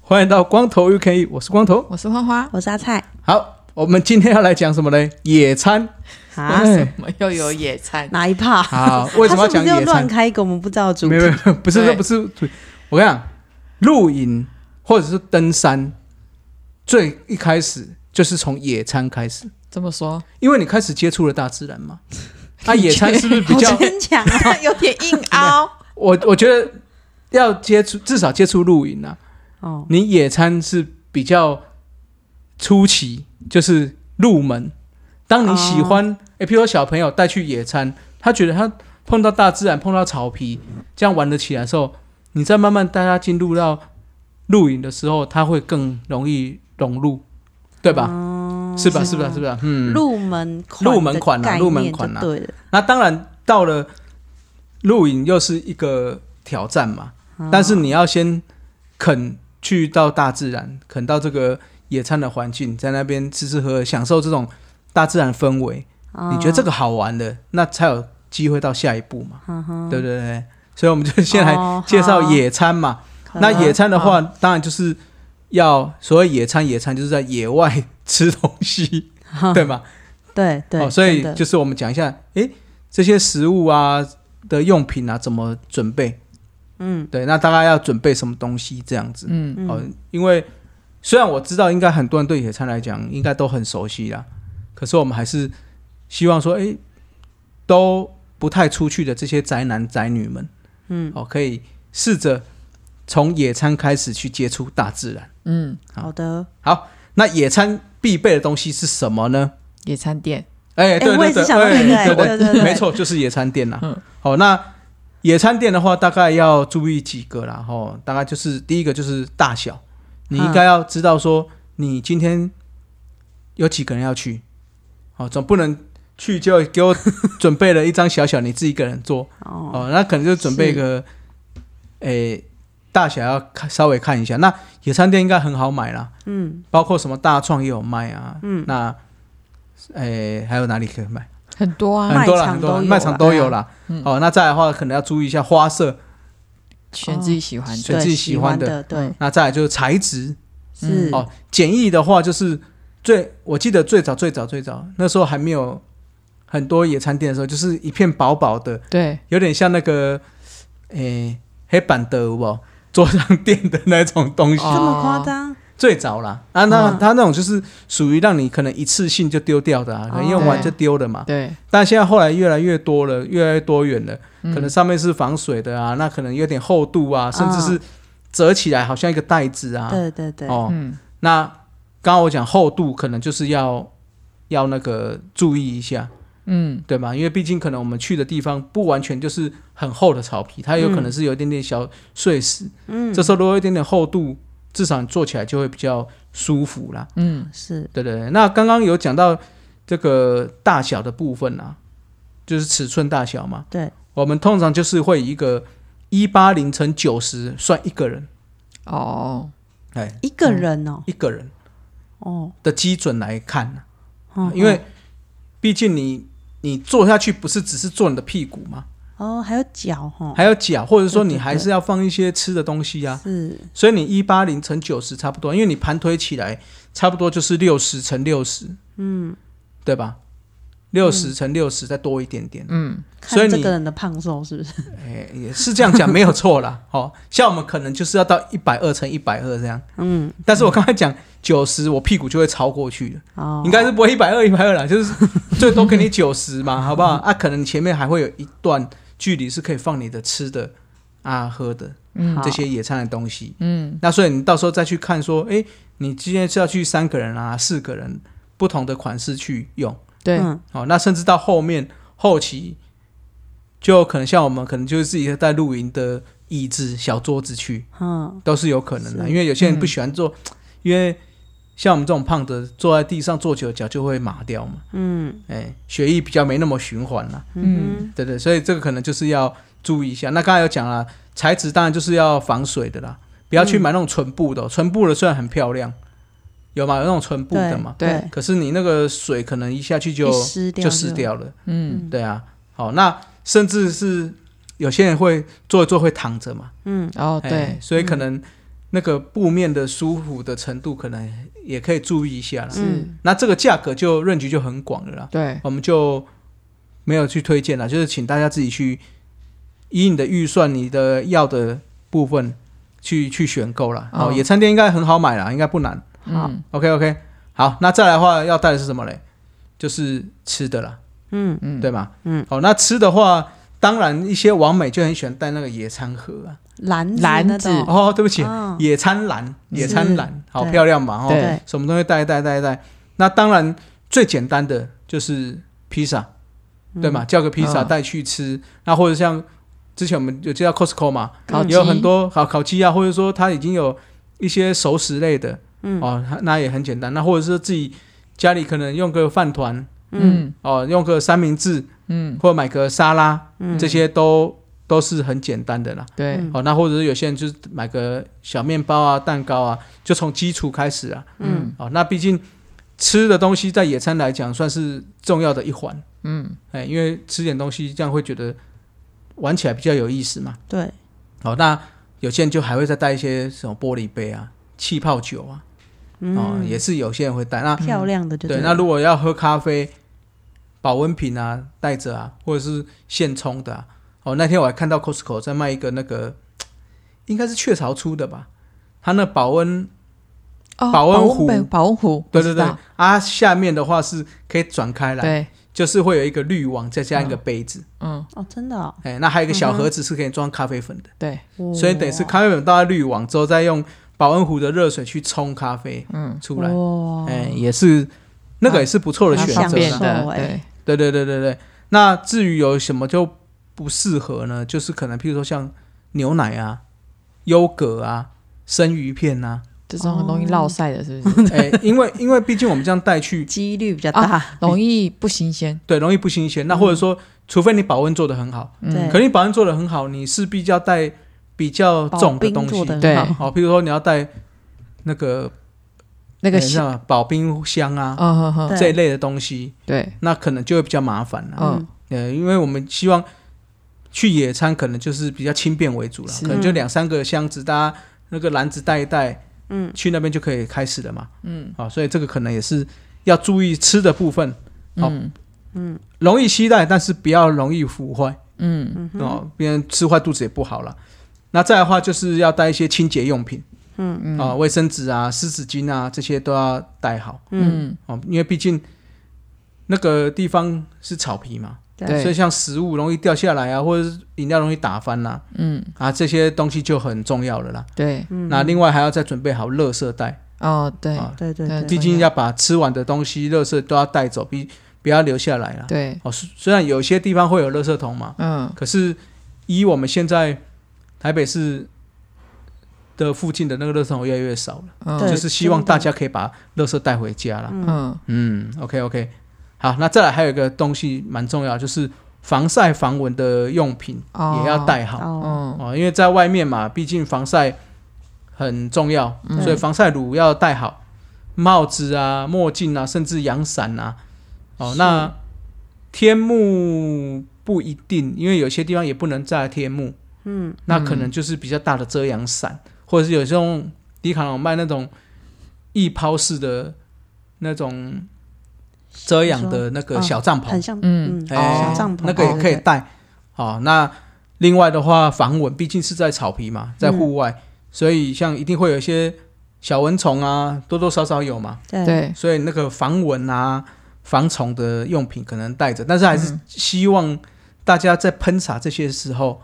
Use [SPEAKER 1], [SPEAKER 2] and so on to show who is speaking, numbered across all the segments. [SPEAKER 1] 欢迎到光头 U K E，我是光头。
[SPEAKER 2] 我是花花，
[SPEAKER 3] 我是阿菜
[SPEAKER 1] 好，我们今天要来讲什么呢？野餐。
[SPEAKER 3] 啊，
[SPEAKER 1] 哎
[SPEAKER 2] 我们又有野餐，
[SPEAKER 3] 哪一趴？
[SPEAKER 1] 好，为什么要讲
[SPEAKER 3] 他是不是
[SPEAKER 1] 野
[SPEAKER 3] 又乱
[SPEAKER 1] 餐？
[SPEAKER 3] 开一个我们不知道的主
[SPEAKER 1] 没
[SPEAKER 3] 题
[SPEAKER 1] 有，没有，不是，
[SPEAKER 2] 对
[SPEAKER 1] 这不是。我跟你讲，露营或者是登山，最一开始就是从野餐开始，
[SPEAKER 2] 这么说
[SPEAKER 1] 因为你开始接触了大自然 嘛。啊，野餐是不是比
[SPEAKER 3] 好
[SPEAKER 1] 较？
[SPEAKER 3] 牵强啊！
[SPEAKER 2] 有点硬凹。
[SPEAKER 1] 我我觉得要接触，至少接触露营啊。
[SPEAKER 3] 哦，
[SPEAKER 1] 你野餐是比较初期，就是入门。当你喜欢，诶、譬如说小朋友带去野餐，他觉得他碰到大自然、碰到草皮，这样玩得起来的时候，你再慢慢带他进入到露营的时候，他会更容易融入，对吧？是吧？是吧？是吧？嗯，
[SPEAKER 3] 入门款
[SPEAKER 1] 入门款啊
[SPEAKER 3] 的概念
[SPEAKER 1] 入门款啊
[SPEAKER 3] 就对了，
[SPEAKER 1] 那当然到了露营又是一个挑战嘛，
[SPEAKER 3] 啊
[SPEAKER 1] 但是你要先肯去到大自然，肯到这个野餐的环境，在那边吃吃喝喝，享受这种大自然氛围，
[SPEAKER 3] 啊
[SPEAKER 1] 你觉得这个好玩的，那才有机会到下一步嘛，对不对？所以我们就先来
[SPEAKER 3] 啊哦
[SPEAKER 1] 介绍
[SPEAKER 3] 好
[SPEAKER 1] 野餐嘛。
[SPEAKER 3] 可
[SPEAKER 1] 那
[SPEAKER 3] 能
[SPEAKER 1] 野餐的话，当然就是要所谓野餐，野餐就是在野外 吃东西，
[SPEAKER 3] 啊
[SPEAKER 1] 对吗？
[SPEAKER 3] 对对、
[SPEAKER 1] 哦，所以
[SPEAKER 3] 真的
[SPEAKER 1] 就是我们讲一下，诶，这些食物啊的用品啊怎么准备？嗯，对，那大概要准备什么东西这样子？
[SPEAKER 2] 嗯，
[SPEAKER 1] 哦，因为虽然我知道应该很多人对野餐来讲应该都很熟悉啦，可是我们还是希望说，诶，都不太出去的这些宅男宅女们，嗯，哦，可以试着从野餐开始去接触大自然。
[SPEAKER 2] 嗯
[SPEAKER 3] 好的。
[SPEAKER 1] 好，那野餐必备的东西是什么呢？
[SPEAKER 2] 野餐店
[SPEAKER 1] 哎、
[SPEAKER 3] 哎
[SPEAKER 1] 对对
[SPEAKER 3] 我也
[SPEAKER 1] 对，
[SPEAKER 3] 是想到
[SPEAKER 1] 哎
[SPEAKER 3] 这个
[SPEAKER 1] 对
[SPEAKER 3] 对对对
[SPEAKER 1] 没错，就是野餐店啦。
[SPEAKER 2] 嗯
[SPEAKER 1] 好、那野餐店的话，大概要注意几个啦。哦，大概就是第一个就是大小，你应该
[SPEAKER 3] 嗯
[SPEAKER 1] 要知道说你今天有几个人要去，哦，总不能去就给我准备了一张小小，你自己一个人做，
[SPEAKER 3] 哦，
[SPEAKER 1] 哦，那可能就准备一个，诶、大小要看稍微看一下。那野餐店应该很好买啦，嗯，包括什么大创也有卖啊，嗯，那，诶、还有哪里可以买？
[SPEAKER 2] 很多啊，
[SPEAKER 1] 很多啦，
[SPEAKER 3] 哦卖场
[SPEAKER 1] 很多啦
[SPEAKER 3] 都有啦
[SPEAKER 1] 卖
[SPEAKER 3] 嗯
[SPEAKER 1] 场都有啦。哦，那再来的话，可能要注意一下花色。
[SPEAKER 2] 选自己喜欢的。
[SPEAKER 1] 选
[SPEAKER 3] 对
[SPEAKER 1] 自己喜
[SPEAKER 3] 喜
[SPEAKER 1] 欢的
[SPEAKER 3] 的，对，
[SPEAKER 1] 那再来就是材质。
[SPEAKER 3] 是、
[SPEAKER 1] 哦，简易的话就是最，我记得最早最早最早那时候还没有很多野餐店的时候，就是一片薄薄的，
[SPEAKER 2] 对，
[SPEAKER 1] 有点像那个诶、黑板的有无桌上垫的那种东西。
[SPEAKER 3] 这么夸张，
[SPEAKER 1] 最早啦，啊，
[SPEAKER 3] 哦
[SPEAKER 1] 那它那种就是属于让你可能一次性就丢掉的
[SPEAKER 3] 哦
[SPEAKER 1] 啊，可能用完就丢了嘛。
[SPEAKER 2] 对，
[SPEAKER 1] 但现在后来越来越多了，越来越多元了，可能上面是防水的啊，那可能有点厚度啊，甚至是折起来好像一个袋子啊。
[SPEAKER 3] 对对对，
[SPEAKER 1] 哦，
[SPEAKER 2] 嗯，
[SPEAKER 1] 那刚刚我讲厚度，可能就是要要那个注意一下，
[SPEAKER 2] 嗯，
[SPEAKER 1] 对吧？因为毕竟可能我们去的地方不完全就是很厚的草皮，它有可能是有一点点小碎石，嗯，这时候如果有一点点厚度，至少你坐起来就会比较舒服啦。
[SPEAKER 2] 嗯
[SPEAKER 3] 是
[SPEAKER 1] 对对对，那刚刚有讲到这个大小的部分啊，就是尺寸大小嘛。
[SPEAKER 3] 对，
[SPEAKER 1] 我们通常就是会以一个一八零乘九十算一个人，
[SPEAKER 2] 哦，
[SPEAKER 1] 哎，
[SPEAKER 3] 一个人哦，
[SPEAKER 1] 一个人
[SPEAKER 3] 哦，
[SPEAKER 1] 的基准来看、啊
[SPEAKER 3] 哦，
[SPEAKER 1] 嗯因为毕竟你你坐下去不是只是坐你的屁股嘛，
[SPEAKER 3] 哦，还有脚哈、哦，
[SPEAKER 1] 还有脚，或者说
[SPEAKER 3] 对对
[SPEAKER 1] 你还是要放一些吃的东西啊。
[SPEAKER 3] 是
[SPEAKER 1] 所以你一八零乘九十差不多，因为你盘推起来差不多就是六十乘六十，嗯，对吧？六十乘六十再多一点点，
[SPEAKER 2] 嗯，
[SPEAKER 1] 所以
[SPEAKER 3] 看
[SPEAKER 1] 你
[SPEAKER 3] 这个人的胖瘦是不是？
[SPEAKER 1] 哎、也是这样讲没有错啦。哦，像我们可能就是要到一百二乘一百二这样。嗯，但是我刚才讲九十，我屁股就会超过去了，
[SPEAKER 3] 哦，
[SPEAKER 1] 应该是不会一百二一百二啦，就是最多给你九十嘛，好不好？啊，可能你前面还会有一段距离是可以放你的吃的啊、喝的
[SPEAKER 3] 嗯好
[SPEAKER 1] 这些野餐的东西。
[SPEAKER 2] 嗯，
[SPEAKER 1] 那所以你到时候再去看说，哎、你今天是要去三个人啊、四个人不同的款式去用。
[SPEAKER 2] 对，
[SPEAKER 3] 嗯
[SPEAKER 1] 哦，那甚至到后面后期，就可能像我们可能就是自己带露营的椅子、小桌子去，
[SPEAKER 3] 嗯，
[SPEAKER 1] 都是有可能的。
[SPEAKER 3] 是嗯
[SPEAKER 1] 因为有些人不喜欢做，因为像我们这种胖子坐在地上坐久，脚就会麻掉嘛。
[SPEAKER 3] 嗯
[SPEAKER 1] 哎、血液比较没那么循环啦。
[SPEAKER 3] 嗯
[SPEAKER 1] 对对，所以这个可能就是要注意一下。那刚才有讲了，材质当然就是要防水的啦，不要
[SPEAKER 3] 嗯
[SPEAKER 1] 去买那种纯布的哦、纯布的虽然很漂亮，有嘛，有那种纯布的嘛，
[SPEAKER 2] 对
[SPEAKER 1] 可是你那个水可能一下去就
[SPEAKER 3] 一湿掉
[SPEAKER 1] 就
[SPEAKER 3] 就
[SPEAKER 1] 湿掉了。
[SPEAKER 2] 嗯，
[SPEAKER 1] 对啊，好，那甚至是有些人会做一做会躺着嘛，
[SPEAKER 3] 嗯
[SPEAKER 2] 哦
[SPEAKER 1] 哎
[SPEAKER 2] 对，
[SPEAKER 1] 所以可能那个布面的舒服的程度，可能也可以注意一下啦。
[SPEAKER 2] 是，
[SPEAKER 1] 那这个价格就润局就很广了啦，
[SPEAKER 2] 对，
[SPEAKER 1] 我们就没有去推荐了，就是请大家自己去依你的预算、你的要的部分去去选购啦。哦，
[SPEAKER 2] 哦
[SPEAKER 1] 野餐垫应该很好买啦，应该不难。
[SPEAKER 3] 好
[SPEAKER 2] 嗯
[SPEAKER 1] OK OK，好，那再来的话要带的是什么嘞？就是吃的啦，
[SPEAKER 3] 嗯
[SPEAKER 2] 嗯
[SPEAKER 1] 对吧？
[SPEAKER 3] 嗯，
[SPEAKER 1] 好，那吃的话，当然一些网美就很喜欢带那个野餐盒啊。
[SPEAKER 3] 篮
[SPEAKER 2] 篮
[SPEAKER 3] 那
[SPEAKER 2] 子
[SPEAKER 3] 种
[SPEAKER 1] 哦，对不起，
[SPEAKER 3] 嗯
[SPEAKER 1] 野餐篮，野餐篮，好
[SPEAKER 3] 对
[SPEAKER 1] 漂亮嘛，哦，
[SPEAKER 2] 对
[SPEAKER 3] 对，
[SPEAKER 1] 什么东西带带带带。那当然最简单的就是披萨，对嘛？叫个披萨
[SPEAKER 2] 嗯
[SPEAKER 1] 带去吃，那或者像之前我们有介绍 Costco 嘛，
[SPEAKER 2] 烤
[SPEAKER 1] 也有
[SPEAKER 2] 鸡
[SPEAKER 1] 很多烤烤鸡啊，或者说它已经有一些熟食类的，
[SPEAKER 3] 嗯
[SPEAKER 1] 哦，它那也很简单。那或者是自己家里可能用个饭团，
[SPEAKER 2] 嗯
[SPEAKER 1] 哦，用个三明治，
[SPEAKER 2] 嗯，
[SPEAKER 1] 或者买个沙拉，
[SPEAKER 3] 嗯
[SPEAKER 1] 这些都都是很简单的啦。
[SPEAKER 2] 对，
[SPEAKER 3] 嗯
[SPEAKER 1] 哦，那或者是有些人就是买个小面包啊、蛋糕啊，就从基础开始啊。
[SPEAKER 3] 嗯
[SPEAKER 1] 哦，那毕竟吃的东西在野餐来讲算是重要的一环，
[SPEAKER 2] 嗯
[SPEAKER 1] 哎，因为吃点东西这样会觉得玩起来比较有意思嘛。
[SPEAKER 3] 对，
[SPEAKER 1] 哦，那有些人就还会再带一些什么玻璃杯啊、气泡酒啊，哦，
[SPEAKER 3] 嗯
[SPEAKER 1] 也是有些人会带。那
[SPEAKER 3] 漂亮的就
[SPEAKER 1] 对，那如果要喝咖啡，保温瓶啊带着啊，或者是现冲的啊。哦，那天我还看到 Costco 在卖一个那个，应该是雀巢出的吧，它那保温，
[SPEAKER 2] 哦
[SPEAKER 1] 保温壶
[SPEAKER 2] 杯保温壶，
[SPEAKER 1] 对对
[SPEAKER 2] 我知
[SPEAKER 1] 对
[SPEAKER 2] 道，
[SPEAKER 1] 啊，下面的话是可以转开来，
[SPEAKER 2] 对，
[SPEAKER 1] 就是会有一个滤网，再加一个杯子，
[SPEAKER 2] 嗯
[SPEAKER 3] 哦，真的哦，
[SPEAKER 1] 哎、那还有一个小盒子是可以装咖啡粉的，
[SPEAKER 2] 对，
[SPEAKER 1] 所以等于
[SPEAKER 2] 哦
[SPEAKER 1] 是咖啡粉倒在滤网之后，再用保温壶的热水去冲咖啡
[SPEAKER 2] 嗯，
[SPEAKER 1] 出来，哎、
[SPEAKER 3] 哇，
[SPEAKER 1] 也是那个也是不错的
[SPEAKER 2] 它
[SPEAKER 1] 选
[SPEAKER 2] 方
[SPEAKER 1] 择
[SPEAKER 2] 便
[SPEAKER 1] 啦。
[SPEAKER 3] 享受
[SPEAKER 2] 的，
[SPEAKER 3] 欸
[SPEAKER 2] 对，
[SPEAKER 1] 对对对对对。那至于有什么就不适合呢？就是可能譬如说像牛奶啊、优格啊、生鱼片呐、
[SPEAKER 2] 这种很容易落晒的，是不是？
[SPEAKER 1] 啊，哎、因为因为毕竟我们这样带去，
[SPEAKER 3] 几率比较大，
[SPEAKER 2] 容易不新鲜，
[SPEAKER 1] 对，容易不新鲜。那或者说，除非你保温做得很好，
[SPEAKER 2] 嗯
[SPEAKER 3] 对
[SPEAKER 1] 可你保温做得很好，你势必就要带比较重的东
[SPEAKER 3] 保冰做
[SPEAKER 1] 西。哦
[SPEAKER 3] 得
[SPEAKER 2] 对
[SPEAKER 3] 很好
[SPEAKER 1] 好，譬如说你要带那个
[SPEAKER 2] 那个
[SPEAKER 1] 哎
[SPEAKER 2] 小，
[SPEAKER 1] 像保冰箱啊、
[SPEAKER 2] 嗯哼哼，
[SPEAKER 3] 哦对
[SPEAKER 1] 这一类的东西，
[SPEAKER 2] 对，
[SPEAKER 1] 那可能就会比较麻烦了、
[SPEAKER 2] 嗯
[SPEAKER 1] 呃，因为我们希望去野餐，可能就是比较轻便为主了，
[SPEAKER 2] 是
[SPEAKER 1] 可能就两三个箱子，大家那个篮子带一带，
[SPEAKER 3] 嗯，
[SPEAKER 1] 去那边就可以开始了嘛。
[SPEAKER 2] 嗯
[SPEAKER 1] 啊，所以这个可能也是要注意吃的部分，好
[SPEAKER 2] 嗯
[SPEAKER 3] 嗯
[SPEAKER 1] 容易携带，但是不要容易腐坏
[SPEAKER 2] 嗯
[SPEAKER 3] 嗯哼
[SPEAKER 1] 哦，别人吃坏肚子也不好了。那再来的话就是要带一些清洁用品
[SPEAKER 3] 嗯
[SPEAKER 2] 嗯
[SPEAKER 1] 啊，卫生纸啊、湿纸巾啊这些都要带好
[SPEAKER 3] 嗯，
[SPEAKER 2] 嗯，
[SPEAKER 1] 哦，因为毕竟那个地方是草皮嘛，
[SPEAKER 2] 对
[SPEAKER 1] 所以像食物容易掉下来啊，或者是饮料容易打翻啦、
[SPEAKER 2] 嗯
[SPEAKER 1] 啊，这些东西就很重要了啦。
[SPEAKER 2] 对，
[SPEAKER 3] 嗯
[SPEAKER 1] 那另外还要再准备好垃圾袋，
[SPEAKER 2] 哦对
[SPEAKER 1] 啊
[SPEAKER 3] 对对
[SPEAKER 2] 对
[SPEAKER 3] 对，
[SPEAKER 1] 毕竟要把吃完的东西、垃圾都要带走，比不要留下来啦。
[SPEAKER 2] 对，
[SPEAKER 1] 哦，虽虽然有些地方会有垃圾桶嘛，
[SPEAKER 2] 嗯
[SPEAKER 1] 可是以我们现在台北市的附近的那个垃圾桶越来越少了，
[SPEAKER 2] 嗯
[SPEAKER 3] 对
[SPEAKER 1] 就是希望
[SPEAKER 3] 真的
[SPEAKER 1] 大家可以把垃圾带回家啦。
[SPEAKER 2] 嗯
[SPEAKER 1] 嗯，OK OK，好，那再来还有一个东西蛮重要，就是防晒防蚊的用品
[SPEAKER 2] 哦
[SPEAKER 1] 也要带好
[SPEAKER 3] 哦，
[SPEAKER 2] 嗯
[SPEAKER 1] 哦，因为在外面嘛，毕竟防晒很重要，
[SPEAKER 2] 嗯
[SPEAKER 1] 所以防晒乳要带好，帽子啊、墨镜啊，甚至阳伞啊。哦，
[SPEAKER 2] 是
[SPEAKER 1] 那天幕不一定，因为有些地方也不能炸天幕，
[SPEAKER 3] 嗯，
[SPEAKER 1] 那可能就是比较大的遮阳伞，或者是有这种迪卡侬卖那种一抛式的那种遮阳的那个
[SPEAKER 3] 嗯
[SPEAKER 1] 小帐篷，
[SPEAKER 3] 很像
[SPEAKER 2] 嗯
[SPEAKER 3] 嗯
[SPEAKER 1] 哎
[SPEAKER 3] 小帐篷
[SPEAKER 1] 那个也可以
[SPEAKER 3] 对对
[SPEAKER 1] 带。好、那另外的话，防蚊毕竟是在草皮
[SPEAKER 3] 嗯
[SPEAKER 1] 嘛，在户外，所以像一定会有一些小蚊虫啊，多多少少有嘛，
[SPEAKER 3] 对对
[SPEAKER 2] 对
[SPEAKER 1] 所以那个防蚊啊、防虫的用品可能带着，但是还
[SPEAKER 3] 嗯
[SPEAKER 1] 是希望大家在喷洒这些时候，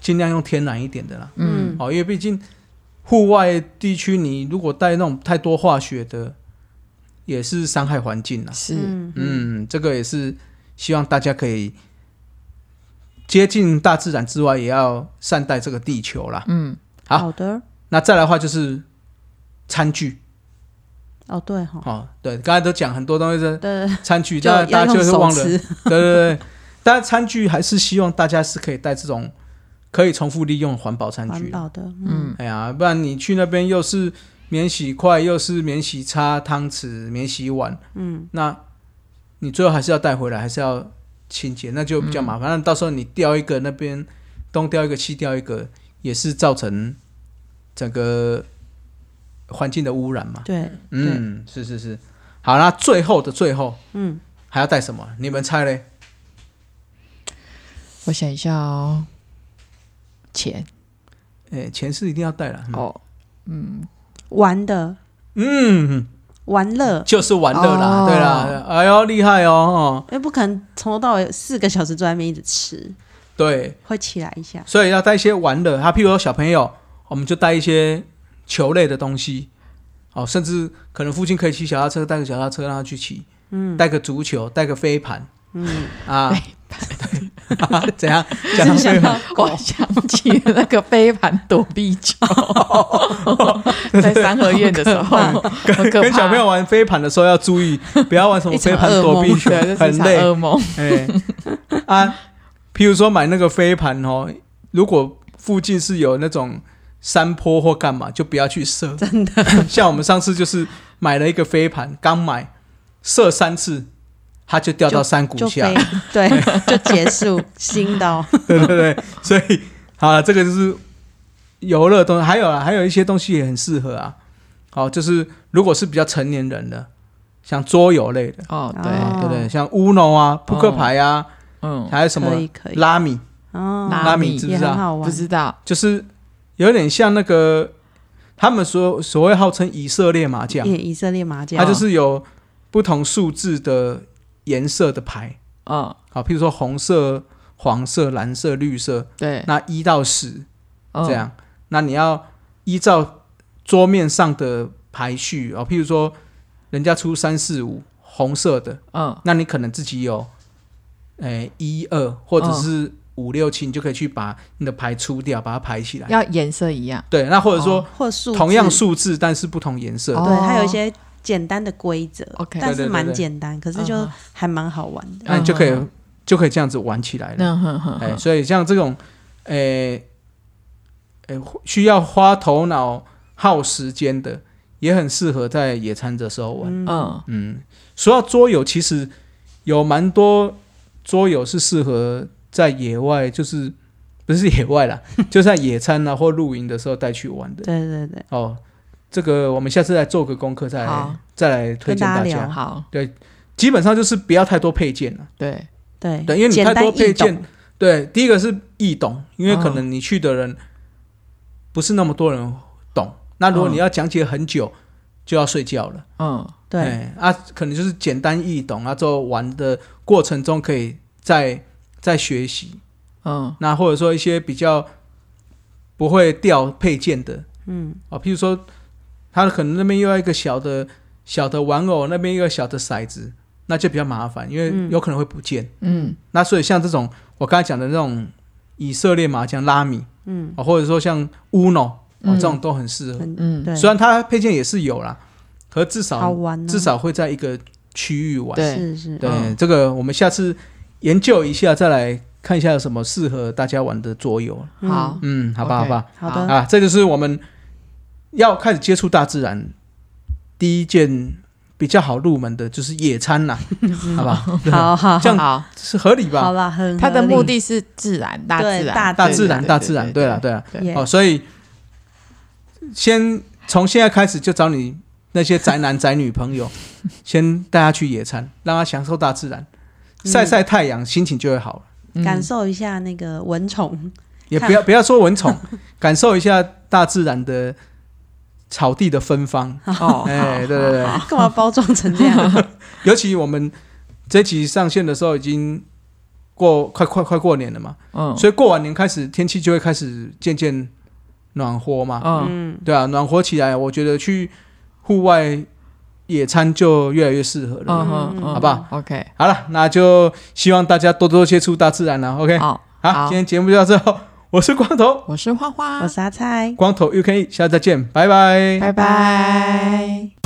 [SPEAKER 1] 尽量用天然一点的啦。
[SPEAKER 2] 嗯
[SPEAKER 3] 嗯
[SPEAKER 1] 哦，因为毕竟户外地区，你如果带那种太多化学的，也是伤害环境啊啦。
[SPEAKER 2] 是
[SPEAKER 1] 嗯，这个也是希望大家可以接近大自然之外，也要善待这个地球啦。
[SPEAKER 2] 嗯
[SPEAKER 1] 好
[SPEAKER 3] 好的
[SPEAKER 1] 那再来的话就是餐具，
[SPEAKER 3] 哦，对哈，
[SPEAKER 1] 哦，对，刚才都讲很多东西是
[SPEAKER 3] 对，
[SPEAKER 1] 餐具，
[SPEAKER 3] 就
[SPEAKER 1] 大家大
[SPEAKER 3] 要
[SPEAKER 1] 家
[SPEAKER 3] 用
[SPEAKER 1] 就是
[SPEAKER 3] 手
[SPEAKER 1] 忘了，对
[SPEAKER 3] 吃，
[SPEAKER 1] 对对，大家餐具还是希望大家是可以带这种可以重复利用的环保餐
[SPEAKER 3] 环
[SPEAKER 1] 具。
[SPEAKER 3] 保的，嗯，
[SPEAKER 2] 嗯，
[SPEAKER 1] 哎呀，不然你去那边又是免洗筷，又是免洗叉、汤匙、免洗碗，嗯，那你最后还是要带回来，还是要清洁，那就比较麻烦。那到时候你掉一个那边东掉一个西掉一个，也是造成整个环境的污染嘛。
[SPEAKER 3] 对，
[SPEAKER 1] 嗯，是是是。好，那最后的最后，嗯，还要带什么？你们猜嘞？
[SPEAKER 2] 我想一下哦，钱
[SPEAKER 1] 哎，钱是一定要带了。嗯
[SPEAKER 2] 哦，
[SPEAKER 3] 玩的
[SPEAKER 1] 嗯，
[SPEAKER 3] 玩乐，
[SPEAKER 1] 就是玩乐啦，
[SPEAKER 2] 哦
[SPEAKER 1] 对啦。哎呦，厉害哦哦！
[SPEAKER 3] 因为不可能从头到尾四个小时坐在那边一直吃，
[SPEAKER 1] 对，
[SPEAKER 3] 会起来一下，
[SPEAKER 1] 所以要带一些玩的，他譬如说小朋友，我们就带一些球类的东西，哦，甚至可能附近可以骑脚踏车，带个脚踏车让他去骑，嗯，带个足球，带个飞盘，嗯 啊，对 怎样？
[SPEAKER 2] 只
[SPEAKER 1] 讲到
[SPEAKER 2] 是想
[SPEAKER 1] 飞盘
[SPEAKER 2] 到 我想起那个飞盘躲避 球，在三合院的时候，很可
[SPEAKER 1] 跟小
[SPEAKER 2] 怕
[SPEAKER 1] 朋友玩飞盘的时候要注意，不要玩什么
[SPEAKER 2] 一场
[SPEAKER 1] 飞盘
[SPEAKER 2] 噩
[SPEAKER 1] 躲避
[SPEAKER 2] 梦
[SPEAKER 1] 球
[SPEAKER 2] 对，这，是一
[SPEAKER 1] 很
[SPEAKER 2] 场
[SPEAKER 1] 累。
[SPEAKER 2] 噩梦。
[SPEAKER 1] 哎、啊，譬如说买那个飞盘哦，如果附近是有那种山坡或干嘛，就不要去射。真的， 像我们上次就是买了一个飞盘，刚买射三次，它就掉到山谷
[SPEAKER 3] 就
[SPEAKER 1] 下
[SPEAKER 3] 飞。，对，就结束，新的哦，
[SPEAKER 1] 对对对，所以好了，这个就是游乐东西，还有啊，还有一些东西也很适合啊。好，就是如果是比较成年人的，像桌游类的，
[SPEAKER 2] 哦，
[SPEAKER 3] 哦
[SPEAKER 2] 对，
[SPEAKER 1] 对不对？像 Uno 啊、扑克牌啊，
[SPEAKER 2] 嗯，
[SPEAKER 1] 还有什么
[SPEAKER 3] 可以可以，
[SPEAKER 1] 拉米，
[SPEAKER 3] 哦，
[SPEAKER 2] 拉
[SPEAKER 1] 拉
[SPEAKER 2] 米
[SPEAKER 1] 米知不
[SPEAKER 3] 也
[SPEAKER 1] 知道
[SPEAKER 3] 很？好
[SPEAKER 2] 不
[SPEAKER 3] 玩，
[SPEAKER 2] 知道
[SPEAKER 1] 就是有点像那个他们所所谓号称以色列麻将，
[SPEAKER 3] 也哦以色列麻将，
[SPEAKER 1] 它就是有不同数字的颜色的牌，
[SPEAKER 2] 嗯，
[SPEAKER 1] 好，譬如说红色、黄色、蓝色、绿色，
[SPEAKER 2] 对，
[SPEAKER 1] 那一到十
[SPEAKER 2] 嗯
[SPEAKER 3] 哦
[SPEAKER 1] 这，样，那你要依照桌面上的排序哦，譬如说人家出三四五红色的，
[SPEAKER 2] 嗯，
[SPEAKER 1] 那你可能自己有，诶一二或
[SPEAKER 3] 哦
[SPEAKER 1] 者是五六七，你就可以去把你的牌出掉，把它排起来。
[SPEAKER 2] 要颜色一样，
[SPEAKER 1] 对，那或者说
[SPEAKER 3] 或数
[SPEAKER 1] 同样
[SPEAKER 3] 字
[SPEAKER 1] 数字，但是不同颜色的。
[SPEAKER 2] 哦
[SPEAKER 3] 对，还有一些简单的规则
[SPEAKER 2] OK
[SPEAKER 3] 但
[SPEAKER 1] 对
[SPEAKER 3] 是
[SPEAKER 1] 对对
[SPEAKER 3] 蛮
[SPEAKER 1] 对
[SPEAKER 3] 简单，可是就
[SPEAKER 2] 嗯
[SPEAKER 3] 还蛮好玩的。
[SPEAKER 1] 那你就可以、
[SPEAKER 2] 嗯嗯
[SPEAKER 1] 就可以这样子玩起来了。
[SPEAKER 2] 那嗯哼哼
[SPEAKER 1] 哎，
[SPEAKER 2] 哼，
[SPEAKER 1] 所以像这种，诶、诶、需要花头脑、耗时间的，也很适合在野餐的时候玩。
[SPEAKER 2] 嗯，
[SPEAKER 1] 嗯，说到桌游，其实有蛮多桌游是适合在野外，就是不是野外 啦，就在野餐啊或露营的时候带去玩的。
[SPEAKER 3] 对对对，
[SPEAKER 1] 哦，这个我们下次再做个功课，再
[SPEAKER 2] 好
[SPEAKER 1] 来再来推荐大
[SPEAKER 3] 跟大家
[SPEAKER 1] 家
[SPEAKER 3] 聊。
[SPEAKER 2] 嗯好，
[SPEAKER 1] 基本上就是不要太多配件了。
[SPEAKER 2] 对，
[SPEAKER 3] 对
[SPEAKER 1] 对因为你
[SPEAKER 3] 简
[SPEAKER 1] 太
[SPEAKER 3] 单
[SPEAKER 1] 多配
[SPEAKER 3] 易懂
[SPEAKER 1] 件对，第一个是易懂，因为
[SPEAKER 2] 嗯
[SPEAKER 1] 可能你去的人不是那么多人懂。那如果你要讲解很久，就要睡觉了。
[SPEAKER 2] 嗯，
[SPEAKER 3] 对
[SPEAKER 1] 哎啊，可能就是简单易懂啊，之后玩的过程中可以再再学习。
[SPEAKER 2] 嗯，
[SPEAKER 1] 那或者说一些比较不会掉配件的，嗯，哦，譬如说他可能那边又要一个小的小的玩偶，那边又要小的骰子，那就比较麻烦，因为有可能会不见。
[SPEAKER 2] 嗯，
[SPEAKER 1] 那所以像这种我刚才讲的那种以色列麻将拉米，嗯、哦，或者说像 Uno，哦，
[SPEAKER 2] 嗯
[SPEAKER 1] 这种都很适合。
[SPEAKER 3] 很
[SPEAKER 2] 嗯
[SPEAKER 3] 对，
[SPEAKER 1] 虽然它配件也是有啦，可至
[SPEAKER 3] 好
[SPEAKER 1] 少
[SPEAKER 3] 玩啊呢，
[SPEAKER 1] 至少会在一个区域玩。
[SPEAKER 2] 对
[SPEAKER 3] 是是
[SPEAKER 1] 对，
[SPEAKER 2] 嗯
[SPEAKER 1] 这个我们下次研究一下，再来看一下有什么适合大家玩的桌游。
[SPEAKER 3] 嗯
[SPEAKER 2] 好，
[SPEAKER 1] 嗯，好吧，好
[SPEAKER 2] OK，
[SPEAKER 1] 吧，
[SPEAKER 3] 好
[SPEAKER 2] 好
[SPEAKER 3] 的，
[SPEAKER 1] 啊，这就是我们要开始接触大自然第一件比较好入门的，就是野餐啦，好吧？
[SPEAKER 3] 好好
[SPEAKER 1] 这样
[SPEAKER 2] 好，
[SPEAKER 1] 是合理
[SPEAKER 3] 好
[SPEAKER 1] 吧？
[SPEAKER 3] 啦，很
[SPEAKER 2] 它的
[SPEAKER 3] 合理
[SPEAKER 2] 目的是自然，大
[SPEAKER 3] 对
[SPEAKER 2] 自然，
[SPEAKER 3] 大
[SPEAKER 1] 大自然，
[SPEAKER 2] 对
[SPEAKER 1] 大自然，对了，，对了，
[SPEAKER 2] 对
[SPEAKER 3] 也
[SPEAKER 1] 哦，所以先从现在开始就找你那些宅男 宅女朋友，先带他去野餐，让他享受大自然，
[SPEAKER 2] 嗯
[SPEAKER 1] 晒晒太阳，心情就会好了。
[SPEAKER 2] 对
[SPEAKER 3] 感，
[SPEAKER 2] 对
[SPEAKER 3] 受一下那个蚊虫，
[SPEAKER 1] 也不要不要说蚊虫， 感受一下大自然的草地的芬芳。
[SPEAKER 2] 嗯哦，
[SPEAKER 1] 哎，
[SPEAKER 2] 好
[SPEAKER 1] 对对对，
[SPEAKER 3] 干嘛包装成这 样？
[SPEAKER 1] 尤其我们这集上线的时候已经过快快快过年了嘛，
[SPEAKER 2] 嗯，
[SPEAKER 1] 所以过完年开始天气就会开始渐渐暖和嘛，
[SPEAKER 2] 嗯，
[SPEAKER 3] 嗯，
[SPEAKER 1] 对啊，暖和起来，我觉得去户外野餐就越来越适合了。
[SPEAKER 2] 嗯哼嗯，
[SPEAKER 1] 好不好
[SPEAKER 2] ？OK，
[SPEAKER 1] 好了，那就希望大家多多接触大自然了。OK，
[SPEAKER 2] 好，
[SPEAKER 1] 好，今天节目就到这哦，我是光头，
[SPEAKER 2] 我是花花
[SPEAKER 3] 我，是阿菜，
[SPEAKER 1] 光头 UK，下次再见，拜拜
[SPEAKER 2] 拜拜。